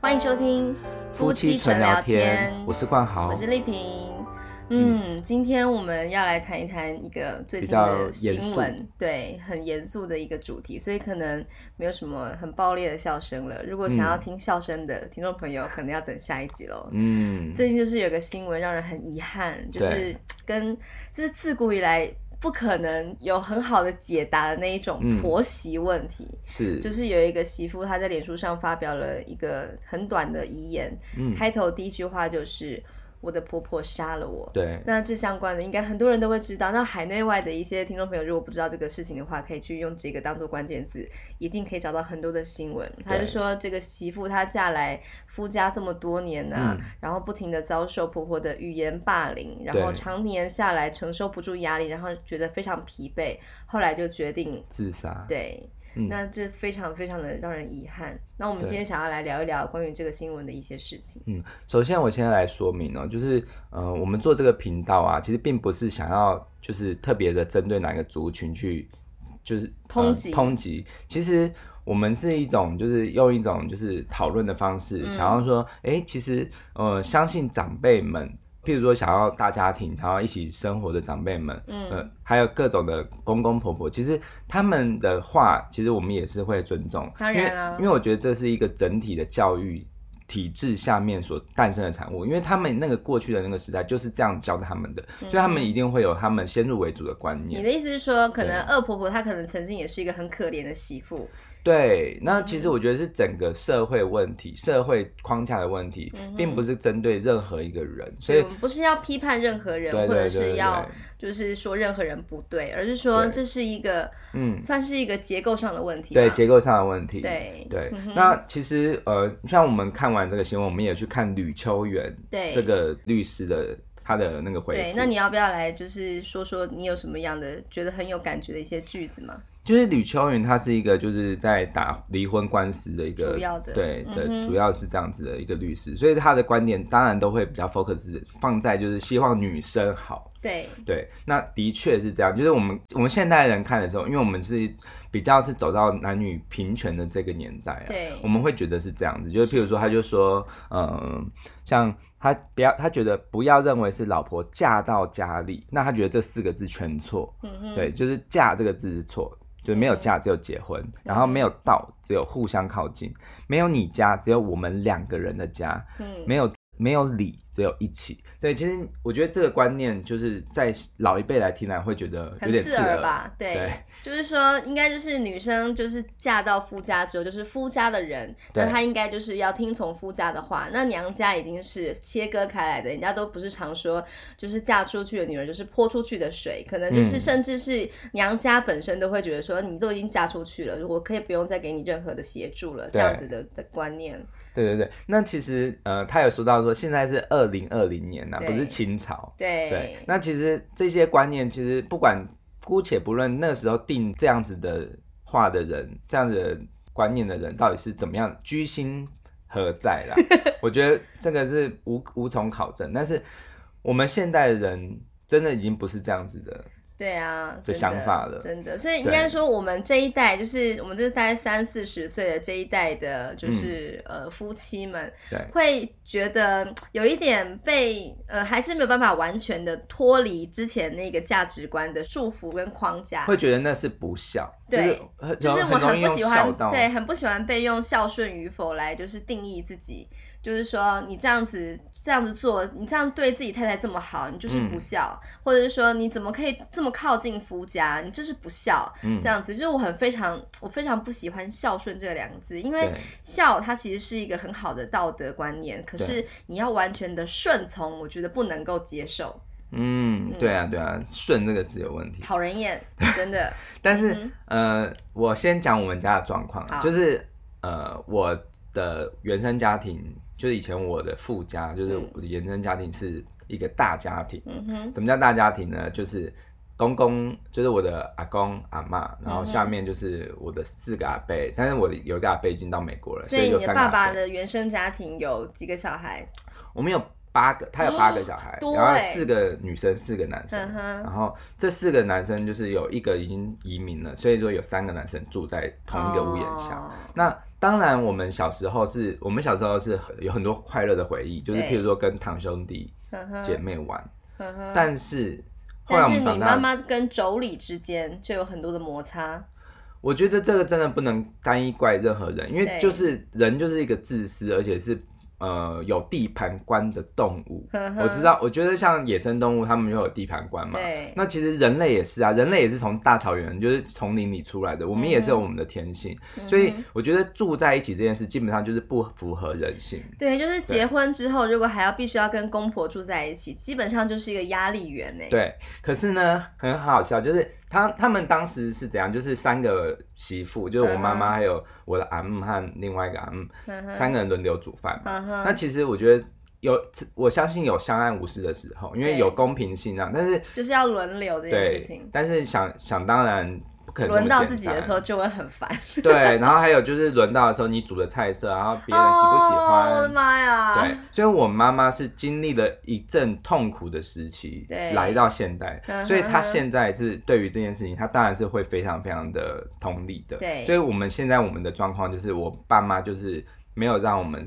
欢迎收听纯我是冠豪，我是丽萍。嗯，今天我们要来谈一谈一个最近比较的严肃新闻，对，很严肃的一个主题，所以可能没有什么很爆裂的笑声了。如果想要听笑声的听众朋友，可能要等下一集喽。嗯，最近就是有个新闻让人很遗憾，就对是跟就是自古以来不可能有很好的解答的那一种嗯婆媳问题。是就是有一个媳妇，她在脸书上发表了一个很短的遗言，嗯开头第一句话就是“我的婆婆杀了我”。对，那这相关的应该很多人都会知道。那海内外的一些听众朋友，如果不知道这个事情的话，可以去用这个当做关键字，一定可以找到很多的新闻。他就说这个媳妇她嫁来夫家这么多年啊，嗯然后不停的遭受婆婆的语言霸凌，然后对常年下来承受不住压力，然后觉得非常疲惫，后来就决定自杀，对。嗯那这非常非常的让人遗憾。那我们对今天想要来聊一聊关于这个新闻的一些事情。嗯，首先我现在来说明哦，就是呃，我们做这个频道啊，其实并不是想要就是特别的针对哪个族群去就是呃抨击抨击，其实我们是一种就是用一种就是讨论的方式，嗯想要说，哎、其实呃，相信长辈们，譬如说想要大家庭，想要一起生活的长辈们，嗯呃，还有各种的公公婆婆，其实他们的话，其实我们也是会尊重，当然啊因为因为我觉得这是一个整体的教育体制下面所诞生的产物，因为他们那个过去的那个时代就是这样教他们的，所以他们一定会有他们先入为主的观嗯念你。的意思是说，可能对恶婆婆她可能曾经也是一个很可怜的媳妇，对，那其嗯实我觉得是整个社会问题、社会框架的问题，嗯哼并不是针对任何一个人，所所以以我们不是要批判任何人，对或者对对是对要对就是说任何人不对，而是说对这是一个嗯，算是一个结构上的问题吧。对结构上的问题，对对嗯哼，那其实呃，像我们看完这个新闻，我们也去看吕秋元对这个律师的他的那个回对复。那你要不要来就是说说你有什么样的觉得很有感觉的一些句子吗？就是吕秋元，他是一个就是在打离婚官司的一个主要的对的、嗯哼主要是这样子的一个律师，所以他的观点当然都会比较 focus 放在就是希望女生好。对，对，那的确是这样。就是我们我们现代人看的时候，因为我们是比较是走到男女平权的这个年代、啊，对我们会觉得是这样子。就是譬如说，他就说，嗯，像他不要，他觉得不要认为是老婆嫁到家里，那他觉得这四个字全错。嗯哼，对，就是嫁这个字是错，就是没有嫁只有结婚，然后没有到只有互相靠近，没有你家只有我们两个人的家，嗯，没有没有理，只有一起。对，其实我觉得这个观念就是在老一辈来听来会觉得有很点刺耳耳吧？对。对就是说，应该就是女生就是嫁到夫家之后，就是夫家的人，对那她应该就是要听从夫家的话。那娘家已经是切割开来的，人家都不是常说，就是嫁出去的女人就是泼出去的水，可能就是嗯甚至是娘家本身都会觉得说，你都已经嫁出去了，我可以不用再给你任何的协助了，这对样子的的观念。对对对。那其实呃，他有说到说现在是二零二零年呐、对不是清朝。对，对，那其实这些观念其实不管姑且不论那时候定这样子的话的人，这样子的观念的人到底是怎么样居心何在 啦？我觉得这个是无无从考证，但是我们现代人真的已经不是这样子的对啊，的真想法了真的。所以应该对说，我们这一代就是我们这大概三四十岁的这一代的，就是、嗯呃夫妻们对会觉得嗯有一点被呃还是没有办法完全的脱离之前那个价值观的束缚跟框架。会觉得那是不孝，对就是就是很我容很易不用喜孝欢，道，对，很不喜欢被用孝顺与否来就是定义自己，就是说你这样子这样子做，你这样对自己太太这么好，你就是嗯不孝，或者是说你怎么可以这么靠近夫家，你就是不孝，嗯这样子就是我很非常我非常不喜欢孝顺这两个字，因为对孝它其实是一个很好的道德观念，可是你要完全的顺从，我觉得不能够接受，嗯，对啊，对啊，顺这个是有问题。讨人 厌，真的，但是、嗯呃，我先讲我们家的状况啊，好就是呃，我的原生家庭就是以前我的父家，就是嗯我的原生家庭是一个大家庭。嗯哼，什么叫大家庭呢？就是公公，就是我的阿公阿嬷，然嗯后下面就是我的四个阿伯，但是我的有一个阿伯已经到美国了，所以以有你的三个爸阿伯爸的原生家庭有几个小孩？我们有八个，他有八个小孩，啊多然后欸四个女生，四个男生。嗯哼然后这四个男生就是有一个已经移民了，所以说有三个男生住在同一个屋檐下。哦那当然，我们小时候是我们小时候是很有很多快乐的回忆，就是对譬如说跟堂兄弟呵呵姐妹玩，呵呵但是后来我嗯但是们你长妈大，妈跟妯娌之间就有很多的摩擦，我觉得这个真的不能单一怪任何人，因为对就是人就是一个自私，而且是呃有地盘观的动物。呵呵我知道，我觉得像野生动物，它们就有地盘观嘛。嗯对，那其实人类也是啊，人类也是从大草原，就是丛林里出来的，我们也是有嗯我们的天性，所以我觉得住在一起这件事基本上就是不符合人性。对，就是结婚之后，如果还要必须要跟公婆住在一起，基本上就是一个压力源欸呢。对，可是呢，很好笑，就是他他们当时是怎样，就是三个媳妇，就是我妈嗯妈还有我的阿姆和另外一个阿姆，嗯哼，三个人轮流煮饭嘛。嗯哼，那其实我觉得有，我相信有相安无事的时候，因为对有公平性啊。但是就是要轮流这件事对情，，但是想想当然不可能轮这么到简自己的单时候就会很烦。对， 然后还有就是轮到的时候，你煮的菜色，然后别人喜不喜哦、我的欢。妈对呀！，所以我妈妈是经历了一阵痛苦的时期，对来到现代嗯，哼所以她现在是对于这件事情，她当然是会非常非常的同理的。对所以我们现在我们的状况就是，我爸妈就是没有让我们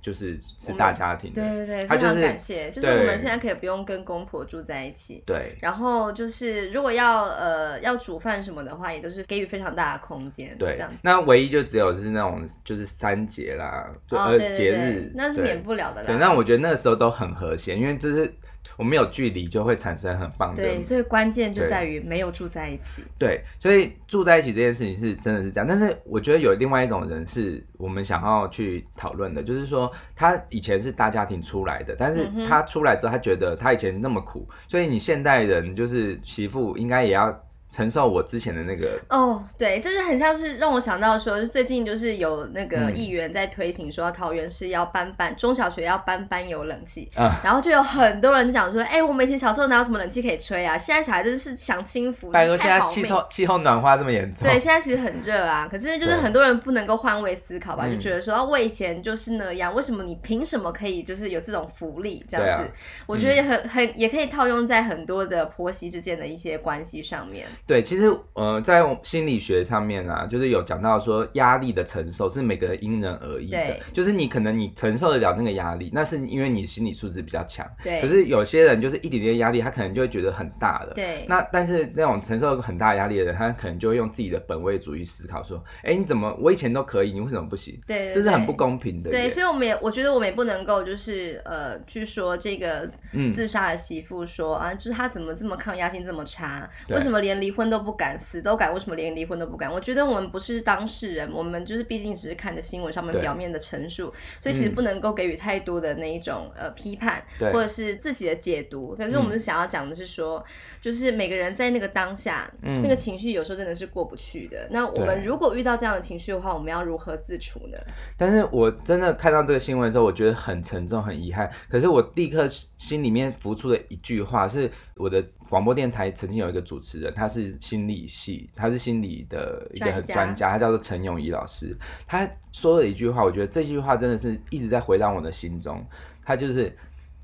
就是是大家庭的，对对对，她非就常是感谢，就是我们现在可以不用跟公婆住在一起。对然后就是，如果要呃要煮饭什么的话，也都是给予非常大的空间，这对样子。。那唯一就只有就是那种就是三节啦，就哦，呃对对节对日，，那是对免不了的对，啦。那我觉得那个时候都很和谐，因为就是我们有距离，就会产生很棒的对，所以关键就对在于没有住在一起。对所以住在一起这件事情是真的是这样。但是我觉得有另外一种人是我们想要去讨论的，就是说他以前是大家庭出来的，但是嗯哼他出来之后，他觉得他以前那么苦，所以你现代人就是媳妇应该也要承受我之前的那个。哦，对，这就很像是让我想到说，就最近就是有那个嗯议员在推行说，桃园市要搬搬中小学要搬搬有冷气，啊然后就有很多人就讲说，哎、我们以前小时候哪有什么冷气可以吹啊，现在小孩真是享清福，拜托，就是现太在好气命候气候暖化这么严重，对，现在其实很热啊，可是就是对很多人不能够换位思考吧，就嗯觉得说、啊我以前就是那样，为什么你凭什么可以就是有这种福利这样子？对啊我觉得也很、很也可以套用在很多的婆媳之间的一些关系上面。对，其实呃，在心理学上面啊，就是有讲到说，压力的承受是每个人因人而异的对。就是你可能你承受得了那个压力，那是因为你心理素质比较强。对可是有些人就是一点点压力，他可能就会觉得很大了。对，那但是那种承受很大压力的人，他可能就会用自己的本位主义思考，说：“哎，你怎么我以前都可以，你为什么不行？对对这是很不对公平的。”对，所以我们也我觉得我们也不能够就是呃去说这个嗯自杀的媳妇说、啊，就是她怎么这么抗压性这么差，对为什么连离婚都不敢，死都敢，为什么连离婚都不敢？我觉得我们不是当事人，我们就是毕竟只是看着新闻上面对表面的陈述，所以其实嗯不能够给予太多的那一种呃批判对嗯或者是自己的解读。可是我们是想要讲的是说，就是每个人在那个当下，嗯那个情绪有时候真的是过不去的。那我们对如果遇到这样的情绪的话，我们要如何自处呢？但是我真的看到这个新闻的时候，我觉得很沉重，很遗憾。可是我立刻心里面浮出的一句话是，我的广播电台曾经有一个主持人，他是心理系，他是心理的一个专很家专家，他叫做陈永仪老师。他说了一句话，我觉得这句话真的是一直在回荡我的心中。他就是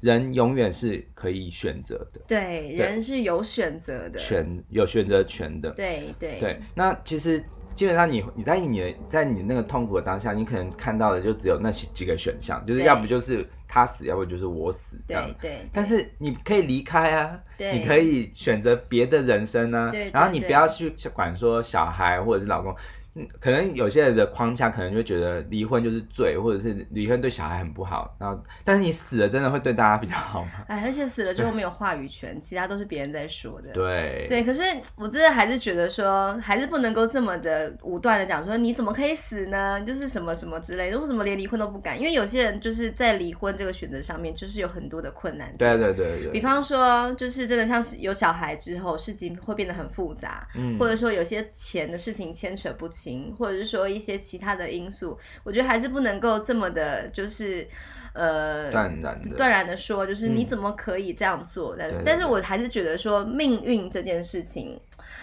人永远是可以选择的，对，人是有选择的。权有选择权的。对对对，那其实基本上你你在你的在你那个痛苦的当下，你可能看到的就只有那几几个选项，就是对要不就是他死，要不就是我死这样对。对但是你可以离开啊，对你可以选择别的人生啊对对，然后你对不要去管说小孩或者是老公。嗯可能有些人的框架可能就觉得离婚就是罪，或者是离婚对小孩很不好。然后，但是你死了真的会对大家比较好吗？哎，而且死了之后没有话语权，其他都是别人在说的。对，对，可是我真的还是觉得说，还是不能够这么的武断的讲说，你怎么可以死呢？就是什么什么之类的，为什么连离婚都不敢？因为有些人就是在离婚这个选择上面，就是有很多的困难。对对对对比方说，就是真的像是有小孩之后，事情会变得很复杂，嗯或者说有些钱的事情牵扯不清，或者是说一些其他的因素，我觉得还是不能够这么的，就是呃断然断的，然的说，就是嗯你怎么可以这样做？但是对，对但是我还是觉得说命运这件事情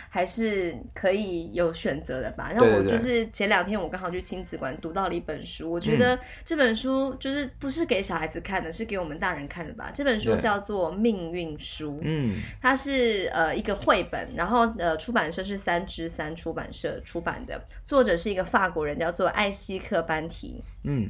还是可以有选择的吧。然后对我对嗯就是前两天我刚好去亲子馆读到了一本书，我觉得这本书就是不是给小孩子看的，是给我们大人看的吧。这本书对叫做《命运书》，嗯，它是呃一个绘本，然后呃出版社是三之三出版社出版的，作者是一个法国人，叫做艾希克班提。嗯，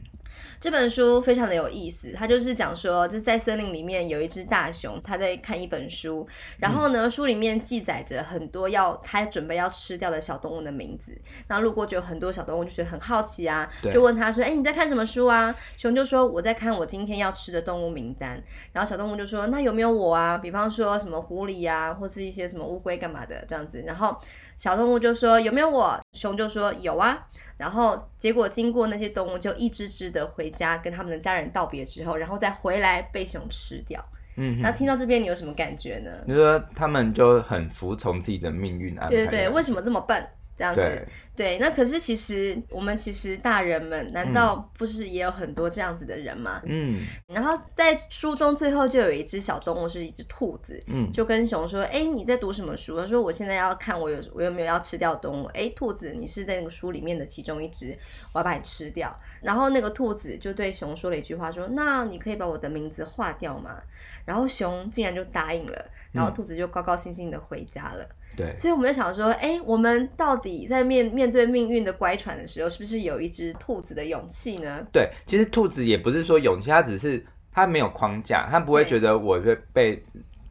这本书非常的有意思，它就是讲说，就是在森林里面有一只大熊，它在看一本书，然后呢，书里面记载着很多要它准备要吃掉的小动物的名字。然后路过就有很多小动物，就觉得很好奇啊，对就问他说：“哎、你在看什么书啊？”熊就说：“我在看我今天要吃的动物名单。”然后小动物就说：“那有没有我啊？比方说什么狐狸啊，或是一些什么乌龟干嘛的这样子。”然后小动物就说：“有没有我？”熊就说：“有啊。”然后结果经过那些动物，就一只只的回家跟他们的家人道别之后，然后再回来被熊吃掉。嗯哼那听到这边你有什么感觉呢？你说他们就很服从自己的命运安排，对对对，为什么这么笨？这样子，对对，那可是其实我们其实大人们，难道不是也有很多这样子的人吗？嗯然后在书中最后就有一只小动物是一只兔子，嗯，就跟熊说：“哎、你在读什么书？”他说：“我现在要看我有我有没有要吃掉的动物。哎，兔子，你是在那个书里面的其中一只，我要把你吃掉。”然后那个兔子就对熊说了一句话说：“那你可以把我的名字划掉吗？”然后熊竟然就答应了，然嗯后兔子就高高兴兴的回家了。对，所以我们就想说，哎、我们到底在面面对命运的乖舛的时候，是不是有一只兔子的勇气呢？对，其实兔子也不是说勇气，它只是它没有框架，它不会对觉得我会被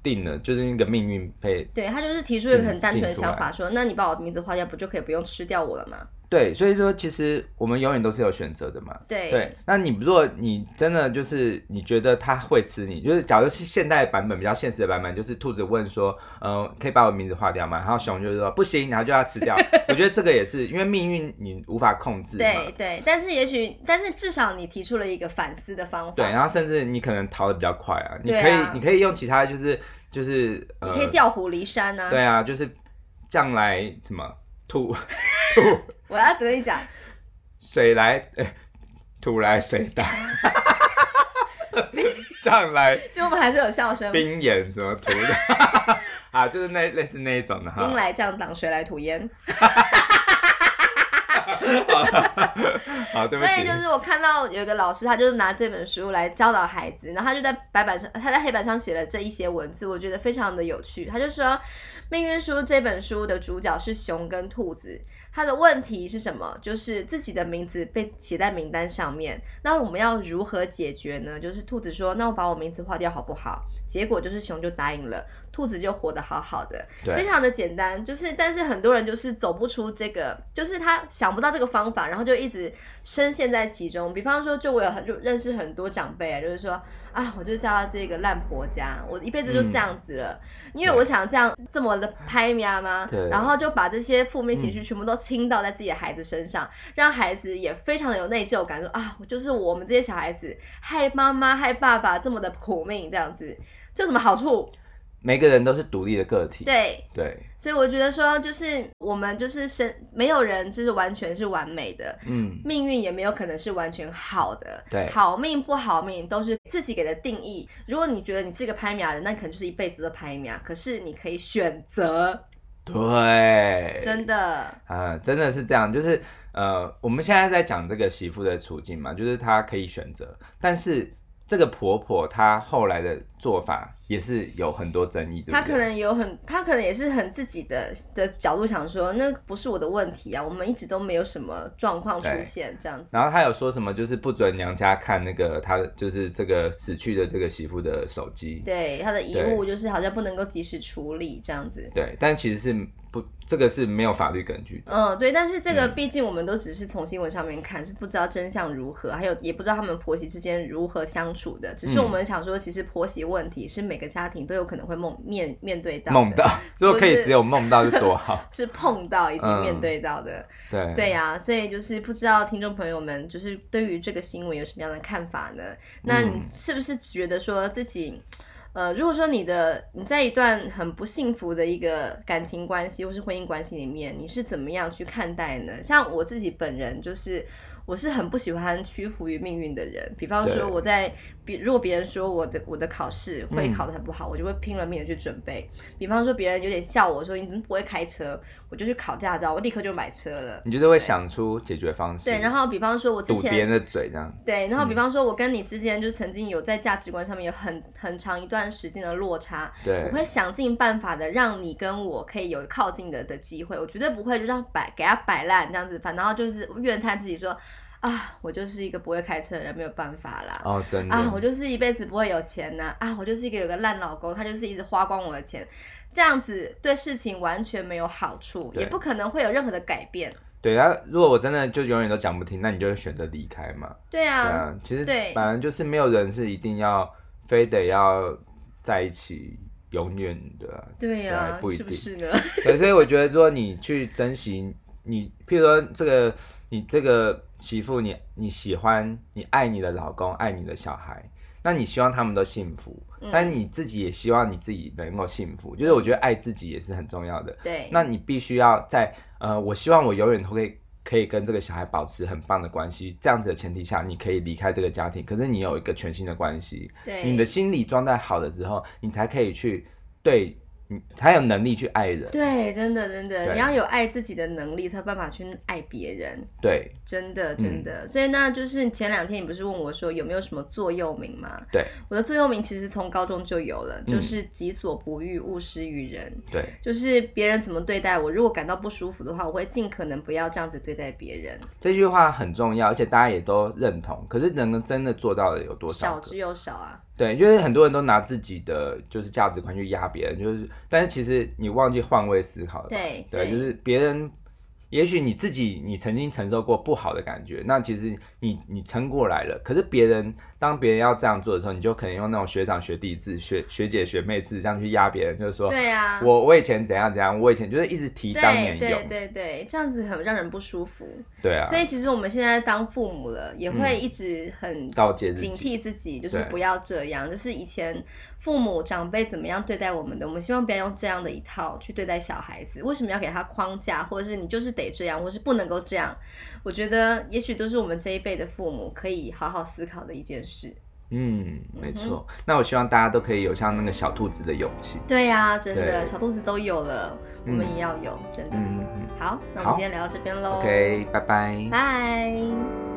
定了，就是那个命运被对他就是提出一个很单纯的定出来想法，说，那你把我的名字划掉，不就可以不用吃掉我了吗？对，所以说其实我们永远都是有选择的嘛。对对，那你如果你真的就是你觉得它会吃你，就是假如是现代版本比较现实的版本，就是兔子问说，嗯、可以把我名字划掉吗？然后熊就说不行，然后就要吃 掉。我觉得这个也是因为命运你无法控制嘛。对对，但是也许，但是至少你提出了一个反思的方法，对，然后甚至你可能逃的比较快啊，你对可以、啊你可以用其他就是就是呃，你可以调虎离山啊。对啊，就是将来什么土我要等你讲， 水来、哎土来水 挡，将来就我们还是有笑声，冰眼什么土的 啊，就是那类似那一种的兵哈。来将挡，水来土掩。好，对不所以就起，是我看到有一个老师，他就是拿这本书来教导孩子，然后他就在白板上，他在黑板上写了这一些文字，我觉得非常的有趣。他就说，《命运书》这本书的主角是熊跟兔子，他的问题是什么？就是自己的名字被写在名单上面，那我们要如何解决呢？就是兔子说，那我把我名字划掉好不好？结果就是熊就答应了，兔子就活得好好的。非对常的简单，就是但是很多人就是走不出这个，就是他想不到这个方法，然后就一直深陷在其中。比方说，就我有很就认识很多长辈啊，就是说啊，我就嫁到这个烂婆家，我一辈子嗯就这样子了，因为我想这样这么的拍喵吗对？嗯然后就把这些负面情绪全部都倾倒在自己的孩子身上，让孩子也非常的有内疚感，说啊，我就是我们这些小孩子害妈妈害爸爸这么的苦命这样子，这有什么好处？每个人都是独立的个体。对，对，所以我觉得说，就是我们就是生，没有人就是完全是完美的，嗯，命运也没有可能是完全好的。对好命不好命都是自己给的定义。如果你觉得你是一个拍苗人，那你可能就是一辈子都拍苗。可是你可以选择，对，真的，啊，真的是这样，就是呃，我们现在在讲这个媳妇的处境嘛，就是她可以选择，但是这个婆婆她后来的做法也是有很多争议，对不对？他可能有很，他可能也是很自己的的角度想说，那不是我的问题啊，我们一直都没有什么状况出对现这样子。然后她有说什么，就是不准娘家看那个她就是这个死去的这个媳妇的手机，对他的遗对物就是好像不能够及时处理这样子，对，但其实是不，这个是没有法律根据的，嗯，对，但是这个毕竟我们都只是从新闻上面看，就不知道真相如何，还有也不知道他们婆媳之间如何相处的。只是我们想说，其实婆媳问题是每个家庭都有可能会梦面面对到的梦到，如果可以是只有梦到就多好，是碰到以及嗯面对到的。对，对呀、所以就是不知道听众朋友们就是对于这个新闻有什么样的看法呢？那嗯你是不是觉得说自己？呃，如果说你的你在一段很不幸福的一个感情关系或是婚姻关系里面，你是怎么样去看待呢？像我自己本人，就是我是很不喜欢屈服于命运的人。比方对说我在，比如果别人说我的我的考试会嗯考得很不好，我就会拼了命的去准备。比方说别人有点笑我说你怎么不会开车，我就去考驾照，我立刻就买车了。你就是会想出解决方式，对，然后比方说我之堵别前人的嘴这样。对，然后比嗯方说我跟你之间就曾经有在价值观上面有很很长一段时间的落差，对我，会想尽办法的让你跟我可以有靠近的的机会，我绝对不会就让摆给他摆烂这样子，反正就是怨叹自己说啊，我就是一个不会开车的人，没有办法啦。哦，真的，啊，我就是一辈子不会有钱呐、啊！我就是一个有个烂老公，他就是一直花光我的钱，这样子对事情完全没有好处，对也不可能会有任何的改变。对。然后如果我真的就永远都讲不听，那你就会选择离开嘛。对啊，对啊，其实对反正就是没有人是一定要非得要在一起永远的啊、对对啊啊，不一是不定是呢？对，所以我觉得说你去珍惜你，譬如说这个你这个媳妇，你你喜欢你爱你的老公，爱你的小孩，那你希望他们都幸福，嗯但你自己也希望你自己能够幸福。就是我觉得爱自己也是很重要的。对，那你必须要在呃，我希望我永远都可以可以跟这个小孩保持很棒的关系，这样子的前提下，你可以离开这个家庭，可是你有一个全新的关系，对你的心理状态好了之后，你才可以去对你才有能力去爱人。对，真的真的，对你要有爱自己的能力，才有办法去爱别人。对真嗯的，真的，所以那就是前两天你不是问我说有没有什么座右铭吗？对我的座右铭其实从高中就有了，嗯就是己所不欲，勿施于人。对就是别人怎么对待我，如果感到不舒服的话，我会尽可能不要这样子对待别人，这句话很重要，而且大家也都认同。可是能够真的做到的有多少少个？之又少啊。对，因为很多人都拿自己的就是价值观去压别人，就是，但是其实你忘记换位思考了吧。对对，啊对就是别人，也许你自己你曾经承受过不好的感觉，那其实你你撑过来了。可是别人当别人要这样做的时候，你就可能用那种学长学弟制、学学姐学妹制这样去压别人，就是说，对啊，我我以前怎样怎样，我以前就是一直提当对年勇，对对对，这样子很让人不舒服。对啊，嗯所以其实我们现在当父母了，也会一直很告诫自警己，惕自己，就是对不要这样。就是以前父母长辈怎么样对待我们的，我们希望不要用这样的一套去对待小孩子。为什么要给他框架，或者是你就是得这样，或是不能够这样？我觉得也许都是我们这一辈的父母可以好好思考的一件事。嗯，没错。那我希望大家都可以有像那个小兔子的勇气。对呀、真的，对啊小肚子都有了，我们也要有，真的。嗯嗯嗯好，那我好们今天聊到这边嗯喽，OK，拜拜。拜。